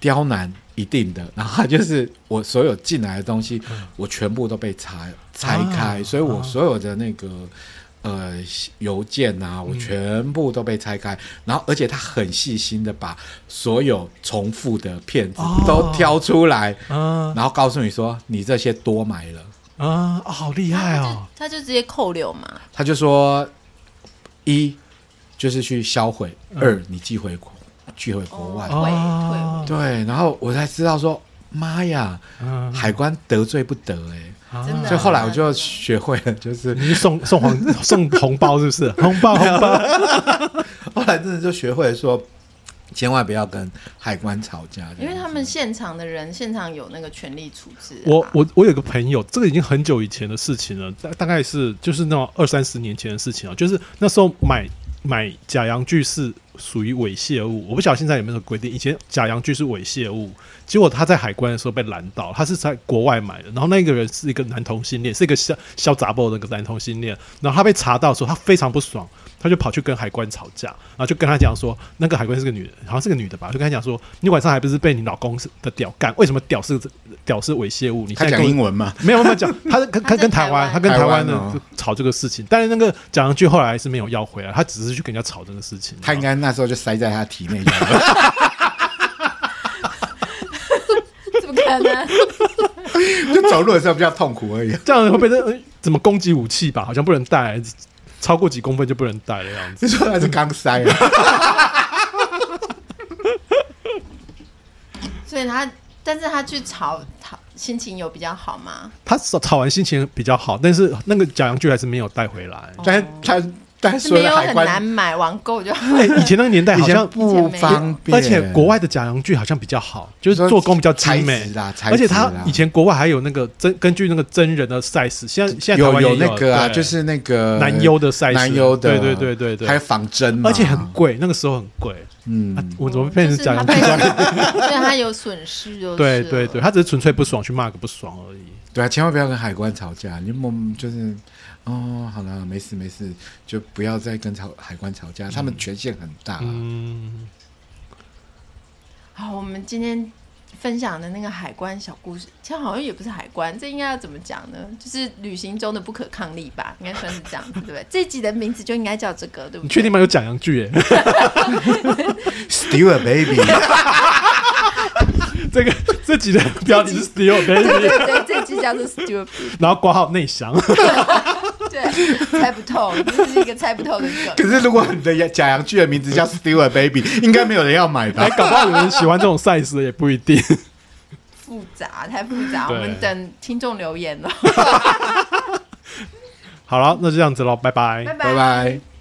Speaker 3: 刁难一定的，然后他就是我所有进来的东西，我全部都被拆拆开，
Speaker 2: 嗯啊
Speaker 3: 所以我所有的那个。呃，邮件啊，
Speaker 2: 嗯
Speaker 3: 我全部都被拆开，然后而且他很细心的把所有重复的片子
Speaker 2: 哦
Speaker 3: 都挑出来，
Speaker 2: 啊
Speaker 3: 然后告诉你说你这些多买了，
Speaker 2: 啊，哦好厉害哦！
Speaker 1: 他就直接扣留嘛，
Speaker 3: 他就说一就是去销毁，二你寄回国，寄回国外。
Speaker 1: 哦退
Speaker 2: 啊
Speaker 3: 对，然后我才知道说，妈呀，
Speaker 2: 嗯
Speaker 3: 海关得罪不得哎、
Speaker 2: 啊 [laughs]
Speaker 1: 真的。
Speaker 3: 所以后来我就学会了，就是 [laughs]
Speaker 2: 你是送送红送红包是不是？红包红包，
Speaker 3: 后来真的就学会了说，千万不要跟海关吵架，
Speaker 1: 因为他们现场的人，现场有那个权力处置啊、
Speaker 2: 我我我有个朋友，这个已经很久以前的事情了，大大概是就是那种二三十年前的事情啊，就是那时候买买假洋剧是属于猥亵物，我不晓得现在有没有规定。以前假洋具是猥亵物，结果他在海关的时候被拦到，他是在国外买的，然后那个人是一个男同性恋，是一个小小杂包的那个男同性恋，然后他被查到的时候，他非常不爽，他就跑去跟海关吵架，然后就跟他讲说，那个海关是个女人，好像是个女的吧，就跟他讲说，你晚上还不是被你老公的屌干？为什么屌是屌是猥亵物？你
Speaker 3: 他
Speaker 2: 现
Speaker 3: 讲
Speaker 2: 在跟我
Speaker 3: 英文嘛？
Speaker 2: 没有办法 [laughs] 讲，他跟他
Speaker 1: 他在
Speaker 2: 跟台
Speaker 1: 台湾
Speaker 2: 湾，他跟台湾
Speaker 3: 台湾
Speaker 2: 的
Speaker 3: 哦
Speaker 2: 吵这个事情，但是那个蒋洋剧后来是没有要回来，他只是去跟人家吵这个事情。
Speaker 3: 他应该那时候就塞在他体内就好了。
Speaker 1: [laughs]
Speaker 3: [laughs]
Speaker 1: 怎么可能？
Speaker 3: 就走路的时候比较痛苦而已。 [laughs]
Speaker 2: 这样会被那呃怎么攻击武器吧？好像不能带，超过几公分就不能带的样子。
Speaker 3: 就说他是刚塞啊，
Speaker 1: 所以他，但是他去吵吵，心情有比较好吗？
Speaker 2: 他吵吵完心情比较好，但是那个假洋剧还是没有带回来。
Speaker 3: 但是他但是
Speaker 1: 是
Speaker 3: 所
Speaker 1: 哦没
Speaker 3: 有的
Speaker 1: 有
Speaker 3: 海
Speaker 1: 很难啊
Speaker 3: 关
Speaker 1: 买，网购就好。
Speaker 2: 哎，以前那个年代
Speaker 3: 以
Speaker 2: 好像
Speaker 3: 前。不方便，
Speaker 2: 而且国外的假洋剧好像比较好，就是做工比较精美
Speaker 3: 材质啦啊材质啦
Speaker 2: 而且他以前国外还有那个真根据那个真人的 size，现在现在台
Speaker 3: 有
Speaker 2: 湾也
Speaker 3: 有那个啊，
Speaker 2: 对
Speaker 3: 就是那个
Speaker 2: 男优的 size，
Speaker 3: 男优的，
Speaker 2: 对对对对对
Speaker 3: 还有仿真嘛，
Speaker 2: 而且很贵，那个时候很贵。
Speaker 3: 嗯
Speaker 2: 啊，我怎么变成
Speaker 1: 就是
Speaker 2: 假
Speaker 1: 他
Speaker 2: 洋
Speaker 1: 被， [laughs]
Speaker 2: 剧？
Speaker 1: 所以他有损失，就是哦
Speaker 2: 对
Speaker 1: 了
Speaker 2: 对对，，他只是纯粹不爽，去骂个不爽而已。
Speaker 3: 对啊，千万不要跟海关吵架，你就默就是哦，好了，没事没事，就不要再跟吵海关吵架，他们权限很大，
Speaker 2: 嗯，
Speaker 1: 好，我们今天分享的那个海关小故事，其实好像也不是海关，这应该要怎么讲呢？就是旅行中的不可抗力吧，应该算是这样子，对不对？这 [laughs] 一集的名字就应该叫这个，对不
Speaker 2: 你
Speaker 1: 对？
Speaker 2: 确定吗？有假洋剧耶， [laughs]
Speaker 3: Still a baby，
Speaker 2: 这个这集的标题是 Still Baby，
Speaker 1: 对对，这一集叫做 Stupid，
Speaker 2: 然后挂号内详，
Speaker 1: 对，猜不透，这是一个猜不透的梗。
Speaker 3: 可是如果你的假洋剧的名字叫 Still a baby，应该没有人要买吧
Speaker 2: 哎，？搞不好有人喜欢这种 size 的也不一定。
Speaker 1: 复杂，太复杂，我
Speaker 2: 对
Speaker 1: 们等听众留言了，
Speaker 2: 好了，那就这样子喽，拜拜
Speaker 1: 拜
Speaker 3: 拜拜。